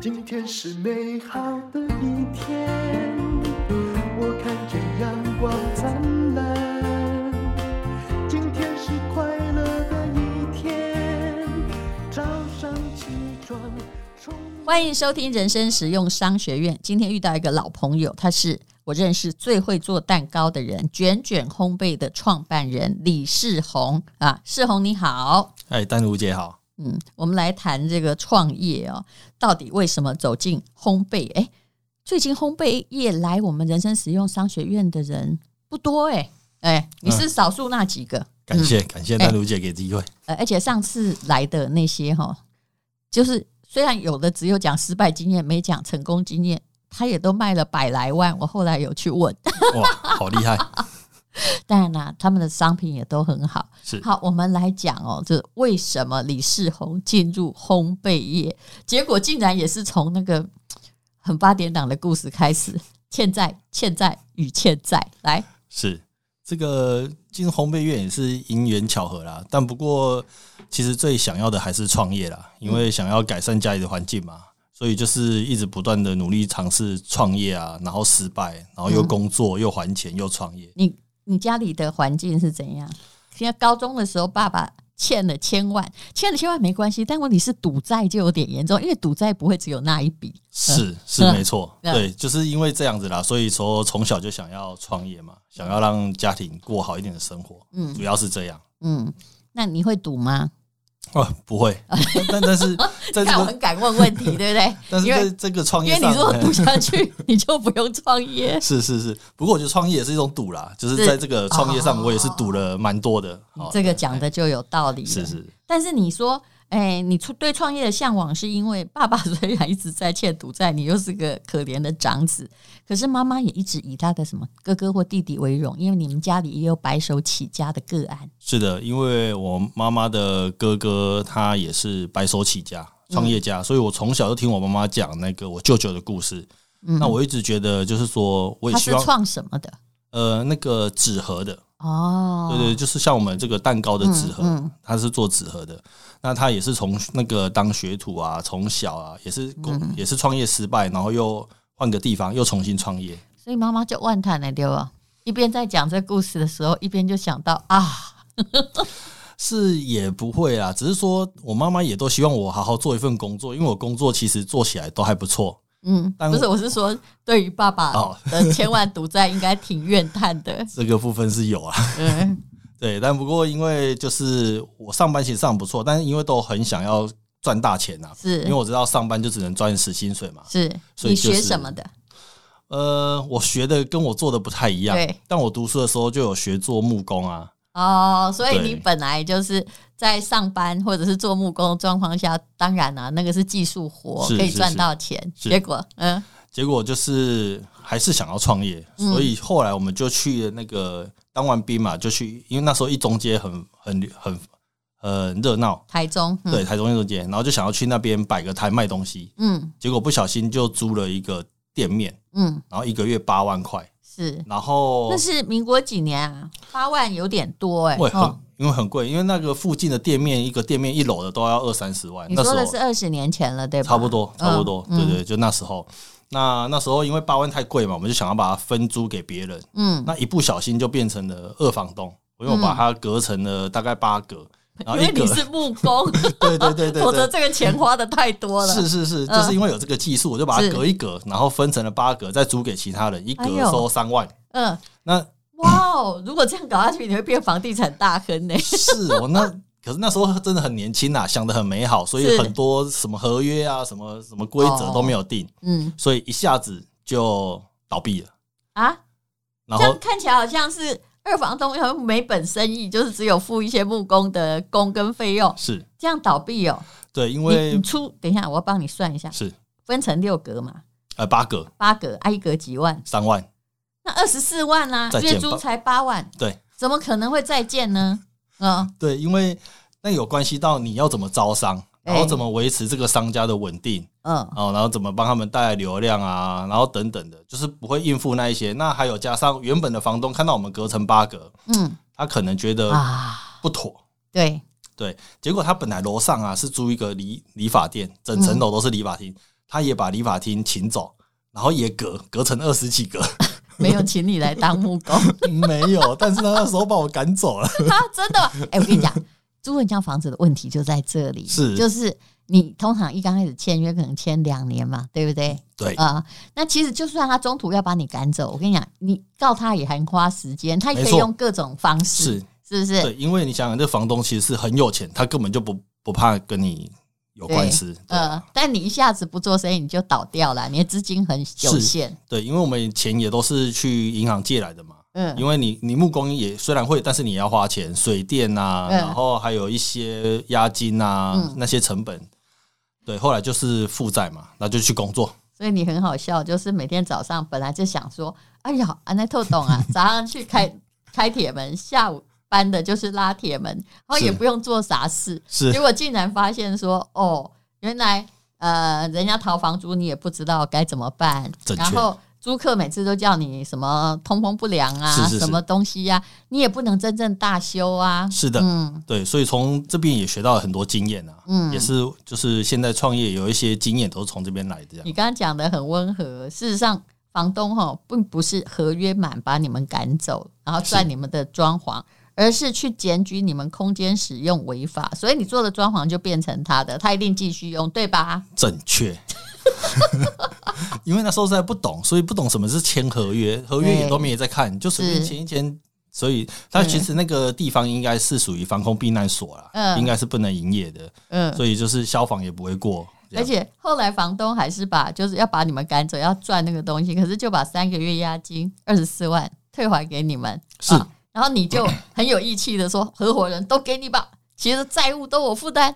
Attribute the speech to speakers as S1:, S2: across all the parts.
S1: 今天是美好的一天，我看见阳光灿烂。今天是快乐的一天，早上起床充满。
S2: 欢迎收听人生实用商学院。今天遇到一个老朋友，他是我认识最会做蛋糕的人——卷卷烘焙的创办人李世宏啊，世宏你好。
S3: 哎，丹如姐好。
S2: 嗯，我们来谈这个创业哦，到底为什么走进烘焙？哎，最近烘焙业来我们人生实用商学院的人不多哎、哎，你是少数那几个。
S3: 嗯感谢感谢
S2: 哎
S3: 丹如姐给机会，
S2: 呃，而且上次来的那些哈，就是虽然有的只有讲失败经验，没讲成功经验，他也都卖了百来万。我后来有去问，
S3: 哇，好厉害！
S2: 当然啦，他们的商品也都很好。
S3: 是
S2: 好，我们来讲哦，这为什么李世宏进入烘焙业，结果竟然也是从那个很八点档的故事开始，欠债、欠债与欠债。来，
S3: 是，这个进入烘焙业也是因缘巧合啦。但不过，其实最想要的还是创业啦，因
S2: 嗯
S3: 为想要改善家里的环境嘛，所以就是一直不断的努力尝试创业啊，然后失败，然后又工
S2: 嗯
S3: 作，又还钱，又创业。
S2: 你你家里的环境是怎样？现在高中的时候，爸爸欠了千万，欠了千万没关系，但问题是赌债就有点严重，因为赌债不会只有那一笔。
S3: 是是
S2: 嗯
S3: 没错，
S2: 嗯
S3: 对，就是因为这样子啦，所以说从小就想要创业嘛，想要让家庭过好一点的生活，
S2: 嗯
S3: 主要是这样。
S2: 嗯，那你会赌吗？
S3: 哦，不会，但但 但是在这
S2: 看我
S3: 个
S2: 很敢问问题，对不对？
S3: 但是
S2: 因为
S3: 在这个创
S2: 因
S3: 业
S2: 为你
S3: 上，
S2: 如果
S3: 哎
S2: 赌下去， 你就不用创业。
S3: 是是是，不过我觉得创业也是一种赌啦，就是
S2: 是哦
S3: 在这个创业上，我也是赌了蛮多的。
S2: 你
S3: 哦
S2: 这个讲的就有道理了。
S3: 是是
S2: 但是你说，哎、你出对创业的向往，是因为爸爸 虽然一直在欠赌债，你又是个可怜的长子，可是妈妈也一直以他的什么哥哥或弟弟为荣，因为你们家里也有白手起家的个案。
S3: 是的，因为我妈妈的哥哥他也是白手起家创
S2: 嗯
S3: 业家，所以我从小就听我妈妈讲那个我舅舅的故事。那我一直觉得就是说，我也
S2: 嗯他
S3: 希
S2: 是
S3: 望
S2: 创什么的？
S3: 呃那个纸盒的，
S2: 哦，嗯
S3: 对对，就是像我们这个蛋糕的纸盒，他是做纸盒的。那他也是从那个当学徒啊，从小啊也是工、
S2: 嗯
S3: 也是创业失败，然后又换个地方又重新创业。
S2: 所以妈妈就万叹了，对吧？一边在讲这故事的时候，一边就想到啊，
S3: 是也不会啦，只是说我妈妈也都希望我好好做一份工作，因为我工作其实做起来都还不错。
S2: 嗯，
S3: 但我
S2: 不是，我是说，对于爸爸
S3: 哦
S2: 的千万赌债，应该挺怨叹的。
S3: 这个部分 是有啊，
S2: 嗯
S3: 对，但不过因为就是我上班其实上得不错，但是因为都很想要赚大钱呐、啊，
S2: 是
S3: 因为我知道上班就只能赚死薪水嘛，
S2: 是，
S3: 所以
S2: 你
S3: 就
S2: 学
S3: 是
S2: 什么的？
S3: 呃，我学的跟我做的不太一样
S2: 对。
S3: 但我读书的时候就有学做木工啊，
S2: 哦，所以你
S3: 对
S2: 本来就是在上班或者是做木工的状况下，当然啦、那个是技术活，
S3: 是
S2: 可以
S3: 是
S2: 赚
S3: 是
S2: 到钱。
S3: 是
S2: 结果，嗯，
S3: 结果就是还是想要创业，
S2: 嗯
S3: 所以后来我们就去了那个当完兵嘛，就去，因为那时候一中街很很很很热闹，
S2: 台中，嗯、
S3: 对，，台中一中街，然后就想要去那边摆个摊卖东西，
S2: 嗯
S3: 结果不小心就租了一个店面，
S2: 嗯，
S3: 然后一个月八万块，
S2: 是。
S3: 然后
S2: 那是民国几年啊？八万有点多哎、
S3: 喂很
S2: 哦，。
S3: 因为很贵，因为那个附近的店面，一个店面一楼的都要二三十万。
S2: 你
S3: 那时
S2: 说
S3: 候
S2: 的是二十年前了，对吧？
S3: 差不多，差不多，
S2: 嗯
S3: 对对，就那时候。那那时候因为八万太贵嘛，我们就想要把它分租给别人。
S2: 嗯，
S3: 那一不小心就变成了二房东，因为我把它隔成了大概八格，然后
S2: 嗯因
S3: 一
S2: 为
S3: 格
S2: 你，是木工，
S3: 对对对对
S2: 否则
S3: 对，
S2: 这个钱花的太多了。
S3: 是是是，
S2: 嗯
S3: 就是因为有这个技术，我就把它
S2: 是
S3: 隔一格，然后分成了八格，再租给其他人，一格
S2: 哎呦
S3: 收三万。
S2: 嗯，
S3: 那
S2: 哇哦，如果这样搞下去，你会变房地产大亨呢、
S3: 是我那。可是那时候真的很年轻啊，想的很美好，所以
S2: 是
S3: 很多什么合约啊、什么什么规则都没有定，
S2: 嗯
S3: 所以一下子就倒闭了。
S2: 啊，
S3: 然
S2: 这
S3: 后
S2: 样看起来好像是二房东好像没本生意，就是只有付一些木工的工跟费用，
S3: 是
S2: 这样倒闭哦。
S3: 对，因
S2: 你
S3: 为
S2: 你出，等一下我要帮你算一下，
S3: 是
S2: 分成六格嘛，
S3: 呃八个
S2: 八格，挨格几万，
S3: 三万，
S2: 那二十四万啦、
S3: 再见
S2: 月租
S3: 吧
S2: 才八万，
S3: 对
S2: 怎么可能会再见呢？嗯，
S3: 对，因为那有关系到你要怎么招商，
S2: 哎
S3: 然后怎么维持这个商家的稳定
S2: 嗯，
S3: 哦，然后怎么帮他们带来流量啊，然后等等的，就是不会应付那一些。那还有加上原本的房东看到我们隔成八格，
S2: 嗯
S3: 他可能觉得
S2: 啊，
S3: 不妥。
S2: 对，
S3: 嗯对，结果他本来楼上啊是租一个理理发店，整层楼都是理发厅，他也把理发厅请走，然后也隔隔成二十几个，
S2: 没有请你来当木工啊，
S3: 没有，但是他那时候把我赶走了。
S2: 真的吗？哎、我跟你讲，租人家房子的问题就在这里，
S3: 是
S2: 就是你通常一刚开始签约可能签两年嘛，对不对？
S3: 对，
S2: 啊、那其实就算他中途要把你赶走，我跟你讲，你告他也很花时间，他也可
S3: 没
S2: 以
S3: 错
S2: 用各种方式，是
S3: 是，
S2: 不是？
S3: 对，因为你想想，这房东其实是很有钱，他根本就不不怕跟你有
S2: 对
S3: 官司。对
S2: 呃，但你一下子不做生意，你就倒掉了，你的资金很有
S3: 是
S2: 限。
S3: 对，因为我们钱也都是去银行借来的嘛。
S2: 嗯
S3: 因为你你木工也虽然会，但是你也要花钱，水电呐、
S2: 嗯
S3: 然后还有一些押金呐、
S2: 嗯
S3: 那些成本。对，后来就是负债嘛，那就去工作。
S2: 所以你很好笑，就是每天早上本来就想说，哎呀，安奈透懂啊，早上去开开铁门，下午搬的就是拉铁门，然后
S3: 是
S2: 也不用做啥事，
S3: 是
S2: 结果竟然发现说，哦，原来呃，人家逃房租你也不知道该怎么办，
S3: 正确
S2: 然后。租客每次都叫你什么通风不良啊，
S3: 是是是
S2: 什么东西呀、啊你也不能真正大修啊。
S3: 是的，
S2: 嗯
S3: 对，所以从这边也学到了很多经验啊，
S2: 嗯
S3: 也是就是现在创业有一些经验都是从这边来的这样。
S2: 你刚刚讲的很温和，事实上，房东哈并不是合约满把你们赶走，然后赚你们的装潢，而是去检举你们空间使用违法，所以你做的装潢就变成他的，他一定继续用，对吧？
S3: 正确，因为那时候实在不懂，所以不懂什么是签合约，合约也都没有在看，就随便
S2: 是
S3: 签一签。所以，它其实那个地方应该是属于防空避难所啦，
S2: 嗯
S3: 应该是不能营业的。
S2: 嗯，哎
S3: 所以就是消防也不会过。这
S2: 而
S3: 样
S2: 且后来房东还是把就是要把你们赶走，要赚那个东西，可是就把三个月押金二十四万退还给你们，
S3: 是
S2: 啊然后你就很有义气的说，合伙人都给你吧，其实债务都我负担，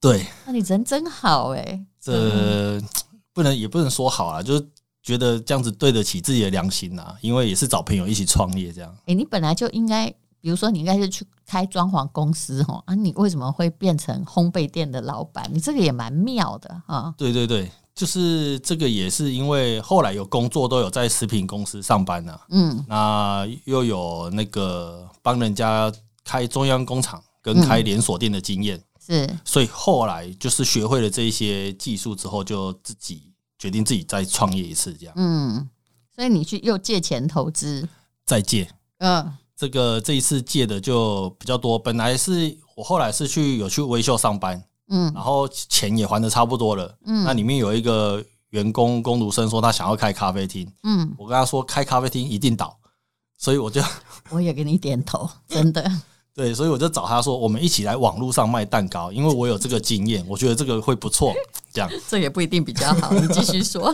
S3: 对，
S2: 那你人真好哎、
S3: 这
S2: 嗯
S3: 不能也不能说好啊，就是觉得这样子对得起自己的良心啊，因为也是找朋友一起创业这样。
S2: 哎、你本来就应该，比如说你应该是去开装潢公司哈，啊，你为什么会变成烘焙店的老板？你这个也蛮妙的啊，
S3: 对对对，就是这个也是因为后来有工作都有在食品公司上班啊，
S2: 嗯
S3: 那又有那个帮人家开中央工厂跟开连锁店的经验，
S2: 是，
S3: 所以后来就是学会了这一些技术之后，就自己决定自己再创业一次，这样
S2: 嗯，所以你去又借钱投资，
S3: 再见。
S2: 嗯
S3: 这个这一次借的就比较多，本来是我后来是去有去维修上班，
S2: 嗯
S3: 然后钱也还的差不多了。那
S2: 嗯
S3: 里面有一个员工工读生说他想要开咖啡厅，
S2: 嗯，
S3: 我跟他说开咖啡厅一定倒，所以我就
S2: 我也给你点头，真 的，
S3: 对，所以我就找他说我们一起来网络上卖蛋糕，因为我有这个经验，我觉得这个会不错，这样
S2: 这也不一定比较 好，你继续说，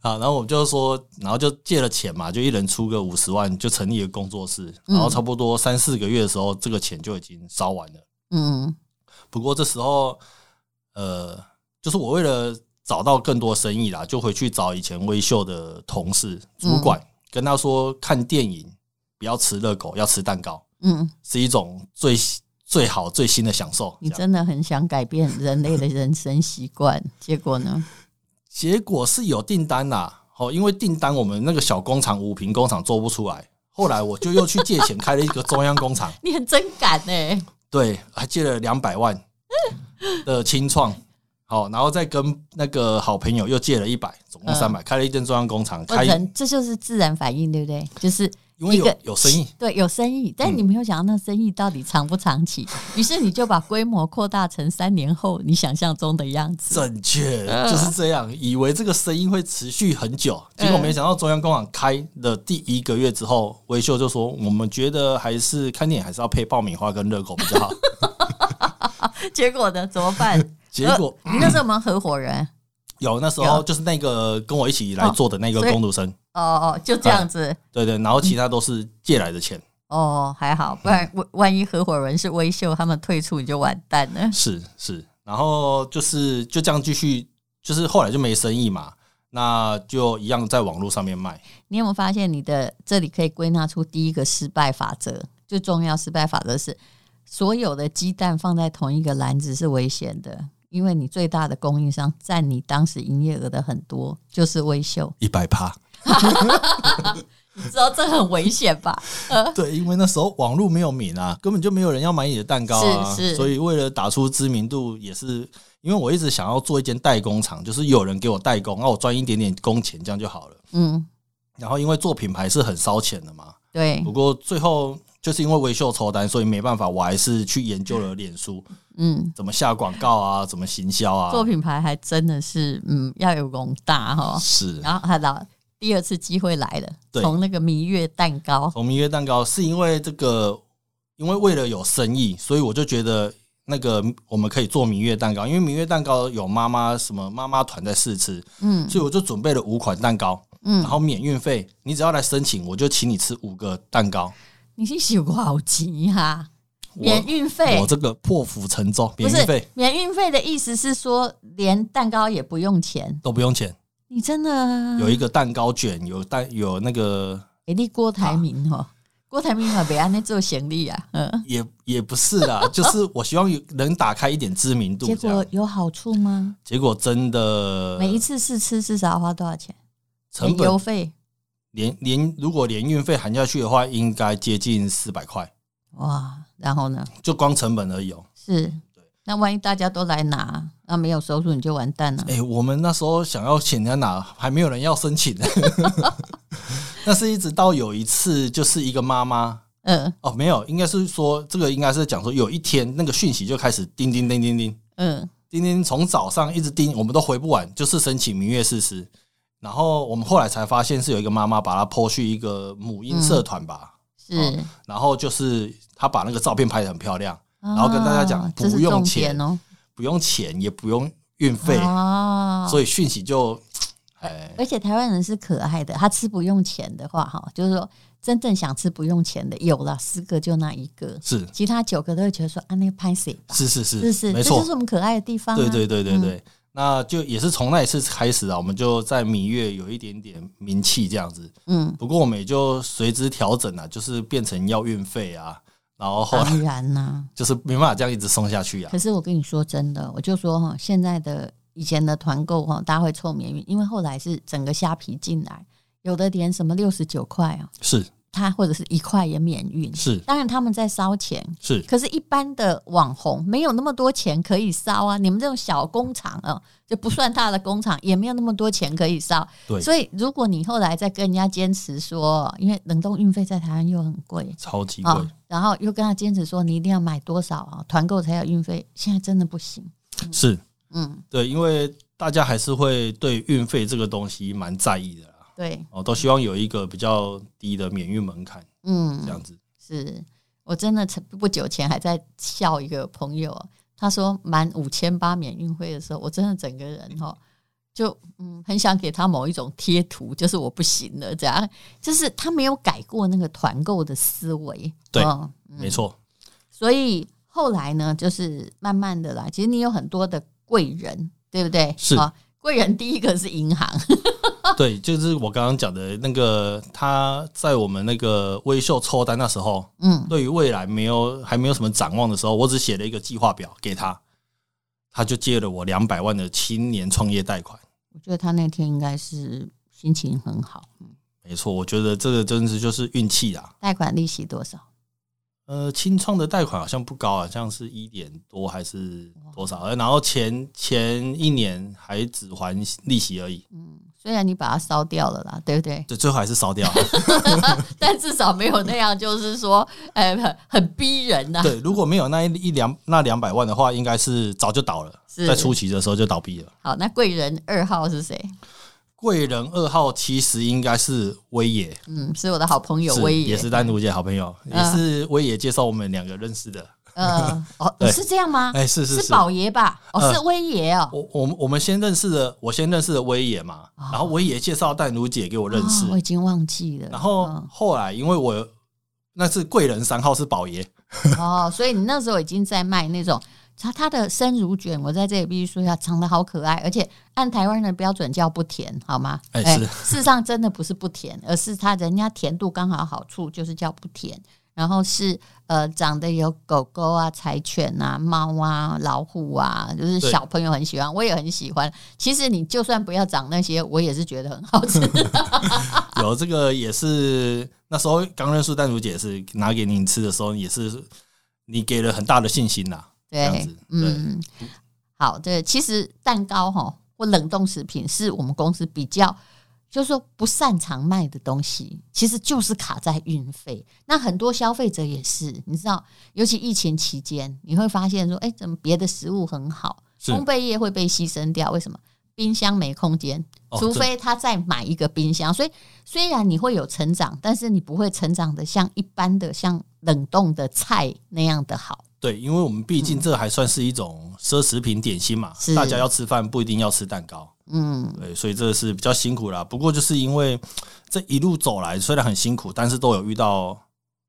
S3: 啊。然后我们就说，然后就借了钱嘛，就一人出个五十万，就成立一个工作室，然后差不多三四个月的时候，这个钱就已经烧完了。
S2: 嗯
S3: 不过这时候，呃，就是我为了找到更多生意啦，就回去找以前微秀的同事、主管，跟他说看电影不要吃热狗，要吃蛋糕，
S2: 嗯，
S3: 是一种最最好最新的享受。
S2: 你
S3: 这样
S2: 真的很想改变人类的人生习 惯，结果呢？
S3: 结果是有订单啦，哦，因为订单我们那个小工厂五平工厂做不出来，后来我就又去借钱开了一个中央工厂，
S2: 你很真敢哎、
S3: 对，还借了两百万的清创。好，然后再跟那个好朋友又借了一百，总共
S2: 嗯
S3: 三百、开了一间中央工厂，
S2: 我
S3: 开
S2: 人这就是自然反应，对不对？就是
S3: 因为
S2: 一个
S3: 有有生意，嗯
S2: 对，有生意，但你没有想到那生意到底长不长期，于是你就把规模扩大成三年后你想象中的样子。
S3: 正确就是这样。以为这个生意会持续很久，结果没想到中央工厂开的第一个月之后，维秀就说：“我们觉得还是看电影还是要配爆米花跟热狗比较好。
S2: 结果呢？怎么办？”
S3: 结果
S2: 呃你那时候有没有合伙人？
S3: 有那时
S2: 有
S3: 候就是那个跟我一起来做的那个
S2: 哦所以
S3: 工读生，
S2: 哦哦，就这样子。
S3: 对对，然后其他都是借来的钱，
S2: 哦，还好，不然万万一合伙人是微秀，他们退出你就完蛋了。
S3: 是是。然后就是就这样继续，就是后来就没生意嘛，那就一样在网络上面卖。
S2: 你有没有发现你的这里可以归纳出第一个失败法则？最重要失败法则是，所有的鸡蛋放在同一个篮子是危险的，因为你最大的供应商占你当时营业额的很多，就是微秀。
S3: 一百趴，
S2: 你知道这很危险吧？
S3: 对，因为那时候网络没有名啊，根本就没有人要买你的蛋糕啊，
S2: 是是
S3: 所以为了打出知名度，也是因为我一直想要做一间代工厂，就是有人给我代工，那我赚一点点工钱，这样就好了。
S2: 嗯，
S3: 然后因为做品牌是很烧钱的嘛，
S2: 对
S3: 不，过最后就是因为维秀抽单，所以没办法，我还是去研究了脸书
S2: 嗯，
S3: 怎么下广告啊，怎么行销啊，
S2: 做品牌还真的是，嗯，要有容大哈、
S3: 是
S2: 然后还老第二次机会来了，
S3: 对
S2: 从那个蜜月蛋糕，
S3: 从明月蛋糕是因为这个，因为为了有生意，所以我就觉得那个我们可以做明月蛋糕，因为明月蛋糕有妈妈什么妈妈团在试吃，
S2: 嗯
S3: 所以我就准备了五款蛋糕，然
S2: 嗯，
S3: 后免运费，你只要来申请，我就请你吃五个蛋糕。
S2: 你是有好急哈，
S3: 我
S2: 免运费
S3: 我这个破釜沉舟，
S2: 不
S3: 免运
S2: 是
S3: 费
S2: 免运费的意思是说连蛋糕也不用钱，
S3: 都不用钱，
S2: 你真的
S3: 有一个蛋糕卷，有蛋有那个
S2: 给你郭台铭哦，
S3: 啊
S2: 郭台铭嘛别安尼做行李啊，嗯，
S3: 也也不是 啦，就是我希望有能打开一点知名 度
S2: 结，
S3: 这样
S2: 果有好处吗？
S3: 结果真的
S2: 每一次试吃至少要花多少钱？
S3: 成本
S2: 邮费
S3: 连连如果连运费含下去的话，应该接近四百块，
S2: 哇，然后呢？
S3: 就光成本而已、哦。
S2: 是，那万一大家都来拿，那没有收入你就完蛋了。
S3: 哎、我们那时候想要请人家拿，还没有人要申 请。那是一直到有一次，就是一个妈妈
S2: 嗯
S3: 哦，没有，应该是说这个应该是讲说有一天那个讯息就开始叮叮叮叮叮
S2: 嗯，
S3: 叮叮，从早上一直叮，我们都回不完，就是申请明月试吃。然后我们后来才发现是有一个妈妈把她抛去一个母婴社团吧，
S2: 是。
S3: 哦然后就是她把那个照片拍得很漂亮。然后跟大家讲
S2: 啊
S3: 不
S2: 这是
S3: 用
S2: 重
S3: 钱
S2: 点哦，
S3: 不用钱，也不用运费，
S2: 啊
S3: 所以讯息就，哎，
S2: 而且台湾人是可爱的，他吃不用钱的话，哈，就是说真正想吃不用钱的有了十个就那一个，
S3: 是
S2: 其他九个都会觉得说啊，那个拍谁吧，
S3: 是是
S2: 是不
S3: 是
S2: 是？
S3: 没
S2: 这
S3: 错
S2: 就是，我们可爱的地方、啊。
S3: 对对对对对。那就也是从那一次开始啊，我们就在芈月有一点点名气这样子。
S2: 嗯，
S3: 不过我们也就随之调整了、就是变成要运费啊，然后后来
S2: 当然啦、
S3: 就是没办法这样一直送下去 啊
S2: 可。是我跟你说真的，我就说哈，现在的以前的团购哈，大家会凑免运，因为后来是整个虾皮进来，有的连什么六十九块啊，
S3: 是
S2: 它或者是一块也免运。
S3: 是
S2: 当然他们在烧钱，
S3: 是，
S2: 可是，一般的网红没有那么多钱可以烧啊。你们这种小工厂啊，就不算大的工厂，也没有那么多钱可以烧。
S3: 对
S2: 所以如果你后来再跟人家坚持说，因为冷冻运费在台湾又很贵
S3: 超级贵。
S2: 啊，然后又跟他坚持说你一定要买多少啊，团购才有运费，现在真的不行。
S3: 是
S2: 嗯，
S3: 对，因为大家还是会对运费这个东西蛮在意的啦。
S2: 对，
S3: 哦，都希望有一个比较低的免运门槛，这
S2: 嗯，
S3: 样子。
S2: 是我真的不久前还在笑一个朋友哦，他说满五千八免运费的时候，我真的整个人哈、哦。就嗯，很想给他某一种贴图，就是我不行了，这样，就是他没有改过那个团购的思维，
S3: 对
S2: 嗯
S3: 没错，
S2: 所以后来呢，就是慢慢的啦，其实你有很多的贵人，对不对？
S3: 是
S2: 啊，贵人第一个是银行，哦
S3: 对，就是我刚刚讲的那个，他在我们那个微秀抽单那时候，
S2: 嗯，
S3: 对于未来没有还没有什么展望的时候，我只写了一个计划表给他，他就借了我两百万的青年创业贷款。
S2: 我觉得他那天应该是心情很好，
S3: 没错，我觉得这个真是就是运气啊。
S2: 贷款利息多少？
S3: 呃，清创的贷款好像不高啊，好像是一点多还是多少？呃然后前前一年还只还利息而
S2: 嗯
S3: 已，
S2: 虽然你把它烧掉了 啦，对不对？
S3: 对，最后还是烧掉。
S2: 但至少没有那样，就是说， 呃，很很逼人啊呐、
S3: 对，如果没有那一一两那两百万的话，应该是早就倒了，
S2: 是
S3: 在初期的时候就倒闭了。
S2: 好，那贵人二号是谁？
S3: 贵人二号其实应该是威爷，
S2: 嗯，是我的好朋友
S3: 是
S2: 威爷，嗯
S3: 也是丹奴姐好朋友，也是威爷介绍我们两个认识的。
S2: 呃，哦，
S3: 对
S2: 是这样吗？
S3: 哎，是是
S2: 是
S3: 是，
S2: 宝爷吧？哦，
S3: 呃
S2: 是威爷哦。
S3: 我我们我们先认识的，我先认识的威爷嘛，然后威爷介绍丹奴姐给我认识
S2: 哦，我已经忘记了。
S3: 然
S2: 嗯
S3: 后后来因为我那是贵人三号是宝爷，
S2: 嗯哦，所以你那时候已经在卖那种。它它的生乳卷，我在这里必须说一下，长得好可爱，而且按台湾人的标准叫不甜，好吗？
S3: 哎是
S2: 事实上真的不是不甜，而是它人家甜度刚好好处就是叫不甜。然后是呃长得有狗狗啊、柴犬啊、猫啊、老虎啊，就是
S3: 对
S2: 小朋友很喜欢，我也很喜欢。其实你就算不要长那些，我也是觉得很好吃。啊
S3: 有这个也是那时候刚认识淡如姐也是拿给你吃的时候，也是你给了很大的信心啦。这样
S2: 对
S3: 子，
S2: 嗯，好，对，其实蛋糕哈或冷冻食品是我们公司比较。就是说不擅长卖的东西，其实就是卡在运费。那很多消费者也是，你知道，尤其疫情期间，你会发现说，哎、怎么别的食物很好，
S3: 是
S2: 烘焙业会被牺牲掉？为什么？冰箱没空间，
S3: 哦
S2: 除
S3: 这
S2: 非他再买一个冰箱。所以虽然你会有成长，但是你不会成长的像一般的像冷冻的菜那样的好。
S3: 对，因为我们毕竟这还算是一种奢侈品点心嘛，
S2: 嗯是
S3: 大家要吃饭不一定要吃蛋糕，
S2: 嗯，
S3: 对，所以这是比较辛苦啦。不过就是因为这一路走来虽然很辛苦，但是都有遇到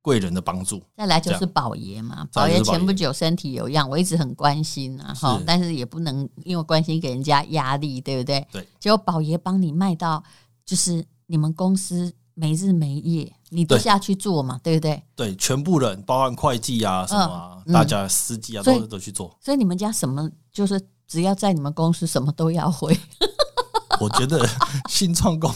S3: 贵人的帮助。
S2: 再来就是宝爷嘛，宝
S3: 再来就
S2: 爷
S3: 是宝爷
S2: 前不久身体有恙，我一直很关心啊，哈
S3: 是，
S2: 但是也不能因为关心给人家压力，对不对？
S3: 对。
S2: 结果宝爷帮你卖到，就是你们公司没日没夜，你都
S3: 对
S2: 下去做嘛，对不对？
S3: 对，全部人，包含会计啊什么啊，
S2: 嗯嗯
S3: 大家司机啊
S2: 所以
S3: 都都去做。
S2: 所以你们家什么就是只要在你们公司什么都要会，
S3: 我觉得新创工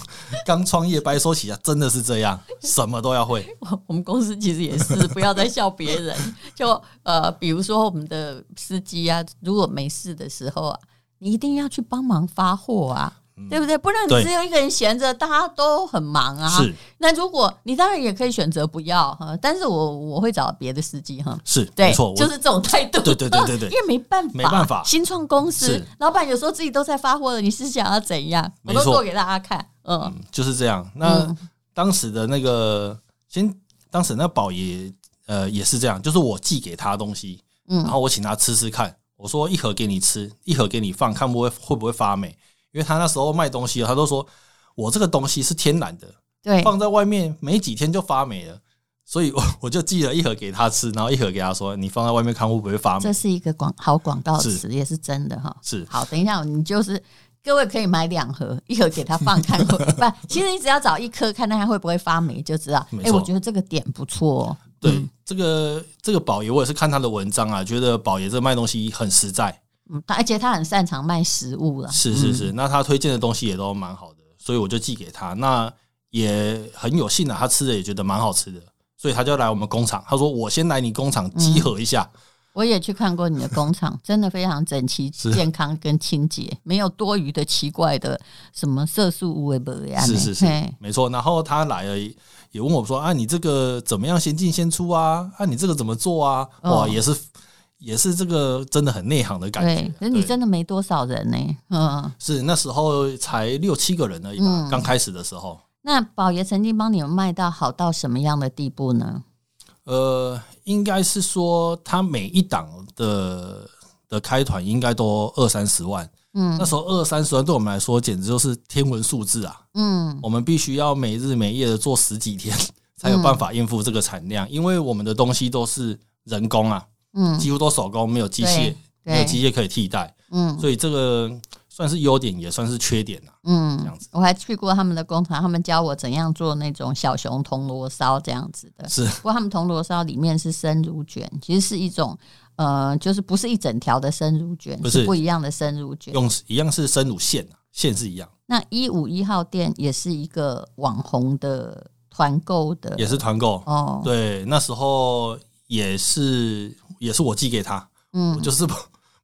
S3: 刚创业白手起家真的是这样，什么都要会。
S2: 我我们公司其实也 是，不要再笑别人。就呃，比如说我们的司机啊，如果没事的时候啊，你一定要去帮忙发货啊，
S3: 嗯
S2: 对不对？不然你
S3: 对
S2: 只有一个人闲着，大家都很忙啊。
S3: 是
S2: 那如果你当然也可以选择不要哈，但是我我会找别的司机哈。
S3: 是，
S2: 对，
S3: 没错，我
S2: 就是这种态度。
S3: 对对对对对
S2: 因为没办法，
S3: 没办法
S2: 新创公司
S3: 是
S2: 老板有时候自己都在发货了，你是想要怎样？我都
S3: 没错
S2: 做给大家看。嗯，
S3: 就是这样。那、当时的那个，先当时那宝爷，呃，也是这样，就是我寄给他东西，
S2: 嗯
S3: 然后我请他吃吃看，我说一盒给你吃，一盒给你放，看不会会不会发霉。因为他那时候卖东西，啊他都说我这个东西是天然的，
S2: 对，
S3: 嗯放在外面没几天就发霉了。所以我我就寄了一盒给他吃，然后一盒给他说：“你放在外面看会不会发霉
S2: 这是一个广好广告
S3: 是
S2: 词，也是真的哈？”。
S3: 是
S2: 好，等一下，你就是各位可以买两盒，一盒给它放看 会不？其实你只要找一颗看它会不会发霉就知道。
S3: 没
S2: 哎、
S3: 错
S2: 我觉得这个点不错、哦。
S3: 对，这个这个宝爷，我也是看他的文章啊，觉得宝爷这卖东西很实在，
S2: 嗯，他而且他很擅长卖食物了。
S3: 是是是。那他推荐的东西也都蛮好的，所以我就寄给他。那也很有幸啊，他吃的也觉得蛮好吃的，所以他就来我们工厂。他说：“我先来你工厂集合一下。
S2: 我也去看过你的工厂，真的非常整齐、健康跟清洁，没有多余的奇怪的什么色素无为不为啊。
S3: 是是是
S2: 嘿，
S3: 没错。然后他来了，也问我说：“啊，你这个怎么样先进先出啊？啊，你这个怎么做啊？”哇，
S2: 哦
S3: 也是也是这个真的很内行的感觉
S2: 对，。可是你
S3: 对
S2: 真的没多少人呢、嗯，
S3: 是那时候才六七个人而已吧，
S2: 嗯
S3: 刚开始的时候。
S2: 那宝爷曾经帮你们卖到好到什么样的地步呢？
S3: 呃，应该是说他每一档的的开团应该都二三十万，
S2: 嗯
S3: 那时候二三十万对我们来说简直就是天文数字啊！
S2: 嗯，
S3: 我们必须要每日每夜的做十几天，才有办法应付这个产量，因为我们的东西都是人工啊，
S2: 嗯，
S3: 几乎都手工，没有机械
S2: 对，
S3: 没有
S2: 对，
S3: 机械可以替代，
S2: 嗯，
S3: 所以这个算是优点，也算是缺点啊。这
S2: 嗯
S3: 样子，
S2: 我还去过他们的工厂，他们教我怎样做那种小熊铜锣烧这样子的。
S3: 是
S2: 不过他们铜锣烧里面是生乳卷，其实是一种呃，就是不是一整条的生乳卷，
S3: 不
S2: 是
S3: 是
S2: 不一样的生乳卷。
S3: 用一样是生乳线啊，线是一样，
S2: 那一五一号店也是一个网红的团购的，
S3: 也是团购。
S2: 哦，
S3: 对，那时候也是也是我寄给他，我
S2: 嗯，
S3: 就是不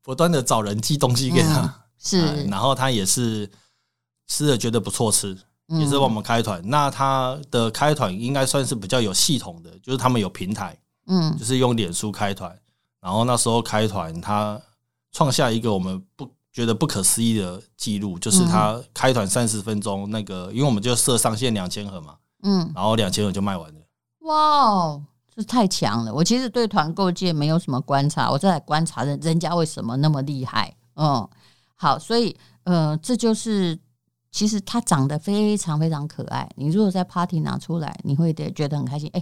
S3: 不断的找人寄东西给他，哎
S2: 嗯是，
S3: 然后他也是吃了觉得不错吃，
S2: 嗯
S3: 也是帮我们开团。那他的开团应该算是比较有系统的，就是他们有平台，
S2: 嗯
S3: 就是用脸书开团，然后那时候开团他创下一个我们不。觉得不可思议的记录，就是
S2: 嗯
S3: 他开团三十分钟，那个因为我们就设上限两千盒嘛，
S2: 嗯，
S3: 然后两千盒就卖完了。
S2: 哇哦，这太强了！我其实对团购界没有什么观察，我在来观察人人家为什么那么厉害。嗯，好，所以呃，这就是其实它长得非常非常可爱。你如果在 party 拿出来，你会得觉得很开心。哎、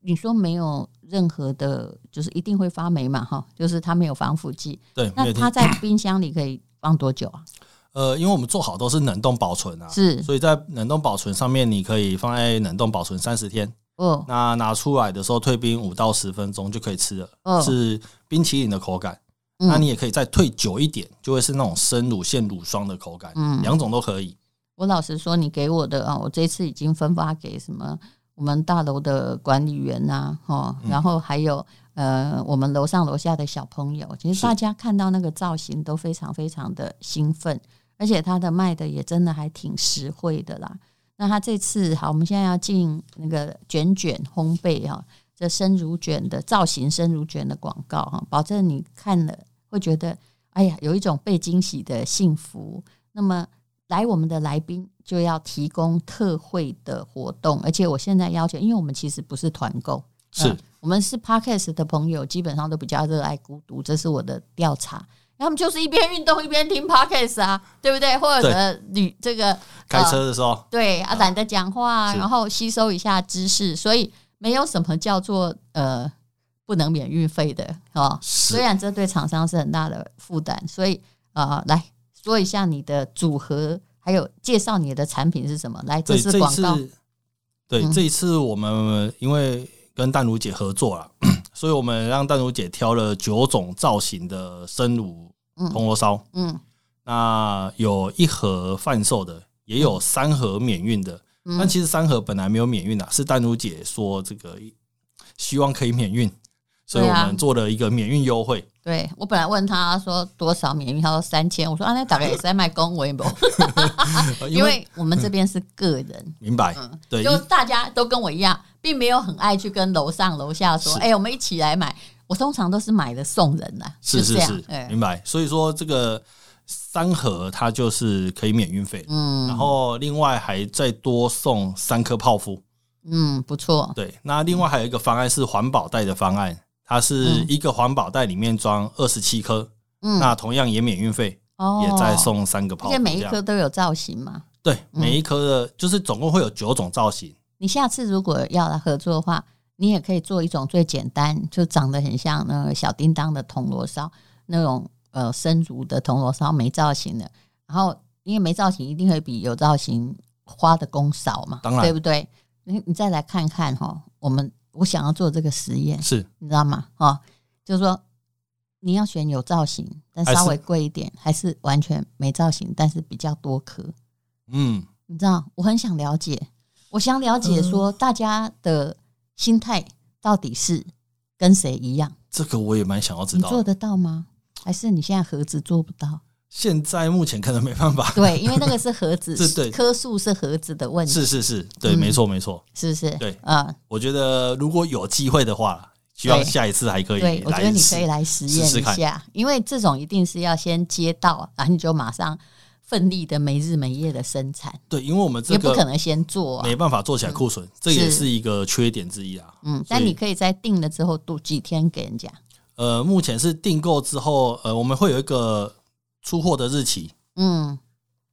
S2: 你说没有任何的，就是一定会发霉嘛？哈，就是它没有防腐剂。
S3: 对，没
S2: 那
S3: 有听
S2: 它在冰箱里可以放多久 啊？
S3: 呃，因为我们做好都是冷冻保存啊，
S2: 是
S3: 所以在冷冻保存上面，你可以放在冷冻保存三十天，
S2: 哦
S3: 那拿出来的时候退冰五到十分钟就可以吃了，
S2: 嗯
S3: 是冰淇淋的口感。
S2: 嗯
S3: 那你也可以再退久一点，就会是那种生乳馅乳霜的口感，
S2: 嗯
S3: 两种都可以。
S2: 我老实说，你给我的啊，我这次已经分发给什么我们大楼的管理员呐、哦，然后还有呃我们楼上楼下的小朋友，其实
S3: 是
S2: 大家看到那个造型都非常非常的兴奋，而且它的卖的也真的还挺实惠的啦。那它这次好，我们现在要进那个卷卷烘焙哈、这生乳卷的造型生乳卷的广告哈、保证你看了会觉得哎呀有一种被惊喜的幸福。那么来我们的来宾就要提供特惠的活动，而且我现在要求，因为我们其实不是团购，
S3: 是
S2: 嗯我们是 podcast 的朋友，基本上都比较热爱孤独，这是我的调查。他们就是一边运动一边听 podcast 啊，对不对？或者旅这个
S3: 开
S2: 呃
S3: 车的时候，
S2: 对啊，懒得讲话，
S3: 是
S2: 然后吸收一下知识，所以没有什么叫做呃不能免运费的哦。
S3: 是
S2: 虽然这对厂商是很大的负担，所以呃，来说一下你的组合，还有介绍你的产品是什么。来，这
S3: 对，
S2: 是
S3: 这一
S2: 广告，
S3: 次，对，
S2: 嗯
S3: 这一次我们因为跟淡如姐合作了， 所以我们让淡如姐挑了九种造型的生乳
S2: 嗯
S3: 铜锣烧，
S2: 嗯
S3: 那有一盒贩售的，也有三盒免运的。
S2: 嗯
S3: 但其实三盒本来没有免运啊的，是丹如姐说这个希望可以免运，所以
S2: 对
S3: 我
S2: 啊
S3: 们做了一个免运优惠。
S2: 对我本来问他说多少免运，他说三千，我说啊，那大概也是在卖公文 不？
S3: 呃
S2: 因为我们这边是个人，
S3: 明白，对，
S2: 就
S3: 因
S2: 大家都跟我一样，并没有很爱去跟楼上楼下说，
S3: 是
S2: 哎、我们一起来买。我通常都是买了送人啦，
S3: 是
S2: 就这
S3: 是
S2: 样
S3: 是，
S2: 哎
S3: 明白。所以说这个三盒它就是可以免运费的，
S2: 嗯
S3: 然后另外还再多送三颗泡芙。
S2: 嗯，不错，
S3: 对，那另外还有一个方案是环保袋的方案，它是一个环保袋里面装二十七颗，
S2: 嗯，
S3: 那同样也免运费。
S2: 哦
S3: 也再，送三个泡
S2: 而
S3: 芙，
S2: 且每一
S3: 这样
S2: 颗嗯都有造型嘛。
S3: 对每一颗的，就是总共会有九种造型，
S2: 你下次如果要来合作的话，你也可以做一种最简单，就长得很像那个小叮当的铜锣烧那种呃生乳的铜锣烧没造型的，然后因为没造型一定会比有造型花的工少嘛，
S3: 当然
S2: 对不对？你你再来看看哈，我们我想要做这个实验，
S3: 是
S2: 你知道吗？哦，就是说你要选有造型但
S3: 还是
S2: 稍微贵一点，还是完全没造型但是比较多颗？
S3: 嗯，
S2: 你知道，我很想了解，我想了解说大家的心态到底是跟谁一样？
S3: 这个我也蛮想要知
S2: 你
S3: 道
S2: 做
S3: 的。
S2: 得到吗？还是你现在盒子做不到？
S3: 现在目前可能没办法，
S2: 对，因为那个是盒子，
S3: 是对
S2: 颗数是盒子的问题，
S3: 是是是，对，
S2: 嗯
S3: 没错没错。
S2: 是不是？
S3: 对
S2: 啊、
S3: 我觉得如果有机会的话，希望下一次还可以
S2: 对，我觉
S3: 来
S2: 得
S3: 一
S2: 你
S3: 次
S2: 可以。来实验
S3: 试试
S2: 一
S3: 看
S2: 下，因为这种一定是要先接到，然后你就马上奋力的没日没夜的生产，
S3: 对，因为我们这
S2: 也不可
S3: 个
S2: 能先做、啊
S3: 没。办法做起来库存，这
S2: 是
S3: 也是一个缺点之一啊。
S2: 嗯，
S3: 所以
S2: 但你可以在定了之后多几天给人家。
S3: 呃，目前是订购之后，呃，我们会有一个出货的日期，
S2: 嗯，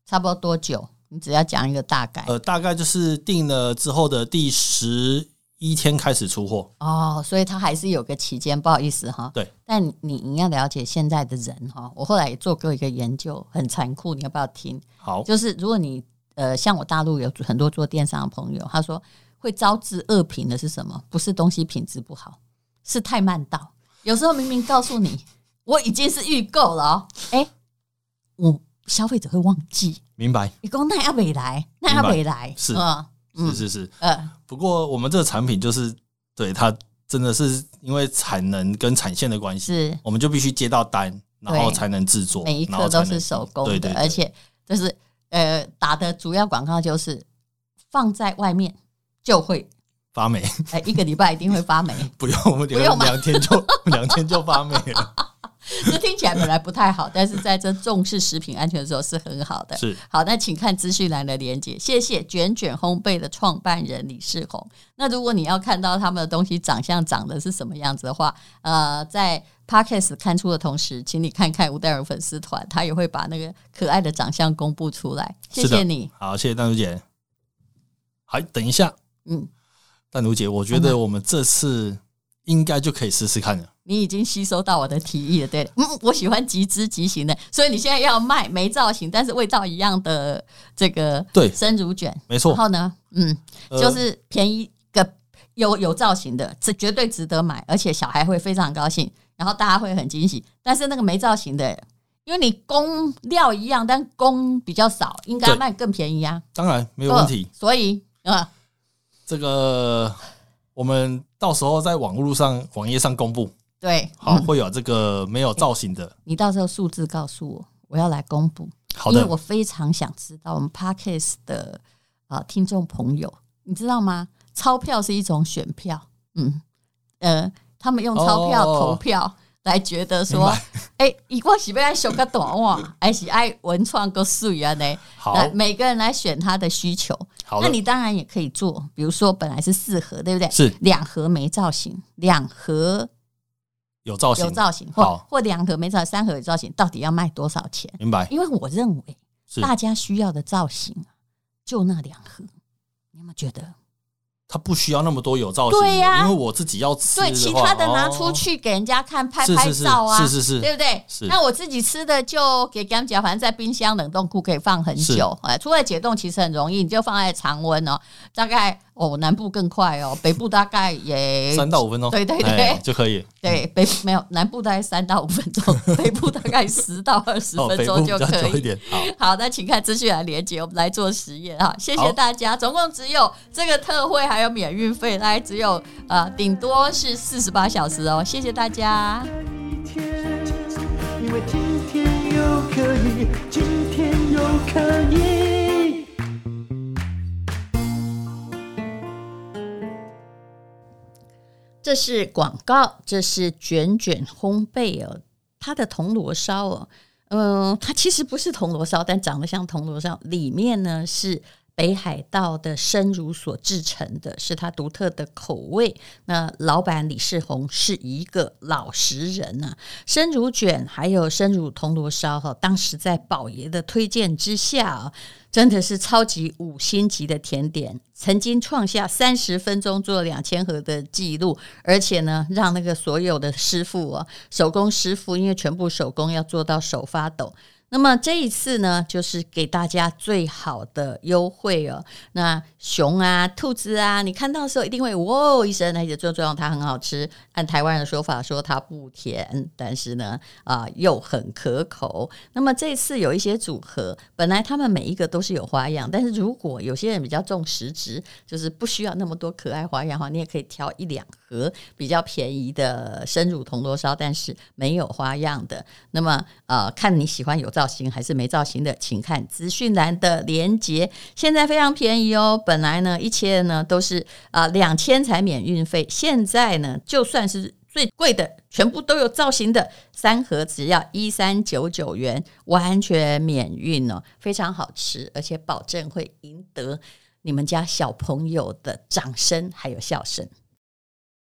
S2: 差不多多久？你只要讲一个大概。
S3: 呃，大概就是订了之后的第十一天开始出货。
S2: 哦，所以它还是有个期间，不好意思哈。
S3: 对，
S2: 但你你要了解现在的人哈，我后来也做过一个研究，很残酷，你要不要听？
S3: 好，
S2: 就是如果你呃，像我大陆有很多做电商的朋友，他说会招致恶评的是什么？不是东西品质不好，是太慢到。有时候明明告诉你我已经是预购了哦，哎，我消费者会忘记。
S3: 明白，
S2: 你讲那要未来，那要未来
S3: 是
S2: 嗯嗯
S3: 是是是。
S2: 呃，
S3: 不过我们这个产品就是对它真的是因为产能跟产线的关系，
S2: 是
S3: 我们就必须接到单，然后才能制作，
S2: 嗯每一
S3: 然
S2: 颗
S3: 后才
S2: 都是
S3: 能
S2: 手工的，
S3: 对对对
S2: 而且就是呃打的主要广告就是放在外面就会，
S3: 发霉，
S2: 呃一个礼拜一定会发霉。
S3: 不用我们
S2: 不用吗
S3: 两天 就两天就发霉了，
S2: 这听起来本来不太好，但是在这重视食品安全的时候是很好的。
S3: 是
S2: 好，那请看资讯栏的连接。谢谢卷卷烘焙的创办人李世宏。那如果你要看到他们的东西长相长得是什么样子的话，呃，在 Podcast 看出的同时，请你看看吴代尔粉丝团，他也会把那个可爱的长相公布出来。谢
S3: 是的
S2: 谢你，
S3: 好，谢谢丹如姐。还等一下，
S2: 嗯，
S3: 丹如姐，我觉得我们这次应该就可以试试看了。
S2: 你已经吸收到我的提议了。对，嗯，我喜欢极之极型的，所以你现在要卖没造型但是味道一样的这个
S3: 对
S2: 生乳卷，
S3: 没
S2: 然
S3: 错，
S2: 后呢，嗯，
S3: 呃
S2: 就是便宜个有有造型的，这绝对值得买，而且小孩会非常高兴，然后大家会很惊喜。但是那个没造型的，因为你工料一样，但工比较少，应该
S3: 对
S2: 卖更便宜啊，
S3: 当然没有问题
S2: 呃。所以啊，
S3: 这个我们到时候在网络上、网页上公布，
S2: 对，
S3: 好，
S2: 嗯
S3: 会有这个没有造型的。
S2: 你到时候数字告诉我，我要来公布，
S3: 好
S2: 嗯因为
S3: 的
S2: 我，非常想知道我们 Parkes 的啊、呃听众朋友，你知道吗？钞票是一种选票，嗯，呃，他们用钞票
S3: 哦
S2: 投票来觉得说， 哎、一我是不爱修个短 袜，还是爱文创个素啊呢？
S3: 好
S2: 来每个人来选他的需求。
S3: 好
S2: 那
S3: 的
S2: 你当然也可以做，比如说本来是四盒，对不对？
S3: 是
S2: 两盒没造型，两盒
S3: 有造型
S2: 有，造型，或
S3: 好
S2: 或两盒没造型，三盒有造型，到底要卖多少钱？
S3: 明白？
S2: 因为我认为
S3: 是
S2: 大家需要的造型啊就那两盒，你有没有觉得？
S3: 它不需要那么多有造型的，
S2: 对呀
S3: 因为我自己要吃
S2: 对，
S3: 话
S2: 其他的拿
S3: 哦
S2: 出去给人家看，拍
S3: 是
S2: 拍
S3: 是是
S2: 照啊，
S3: 是是是
S2: 对不对？
S3: 是
S2: 那我自己吃的就给干夹，反正在冰箱冷冻库可以放很久。哎，出来解冻其实很容易，你就放在常温哦。大概哦，南部更快哦，北部大概也
S3: 三到五分钟，
S2: 对对对
S3: 哎就可以。
S2: 对北没有南部大概三到五分 钟，北部大概十到二十
S3: 哦，
S2: 分
S3: 北部
S2: 钟
S3: 比
S2: 就
S3: 较
S2: 可
S3: 久一
S2: 以。
S3: 点，好，
S2: 好，那请看资讯来连接，我们来做实验哈。谢谢
S3: 好
S2: 大家，总共只有这个特惠还有免运费，大概只有呃顶多是四十八小时哦。谢谢大家。
S1: 一天，因为今天又可以，今天又可以。
S2: 这是广告，这是卷卷烘焙哦，它的铜锣烧哦，嗯、它其实不是铜锣烧，但长得像铜锣烧，里面呢是。北海道的生乳所制成的，是它独特的口味。那老板李世宏是一个老实人呐、生乳卷还有生乳铜锣烧哈，当时在宝爷的推荐之下啊，真的是超级五星级的甜点，曾经创下三十分钟做两千盒的记录，而且呢，让那个所有的师傅啊，手工师傅，因为全部手工要做到手发抖。那么这一次呢，就是给大家最好的优惠哦。那熊啊、兔子啊，你看到的时候一定会哇哦一声，而且最重要它很好吃。按台湾人的说法说它不甜，但是呢啊、又很可口。那么这次有一些组合，本来他们每一个都是有花样，但是如果有些人比较重实质，就是不需要那么多可爱花样哈，你也可以挑一两盒比较便宜的生乳铜锣烧，但是没有花样的。那么呃，看你喜欢有造型还是没造型的，请看资讯栏的连接。现在非常便宜哦，本来呢一切呢都是啊两千才免运费，现在呢就算是最贵的，全部都有造型的三盒，只要一三九九元，完全免运哦，非常好吃，而且保证会赢得你们家小朋友的掌声还有笑声。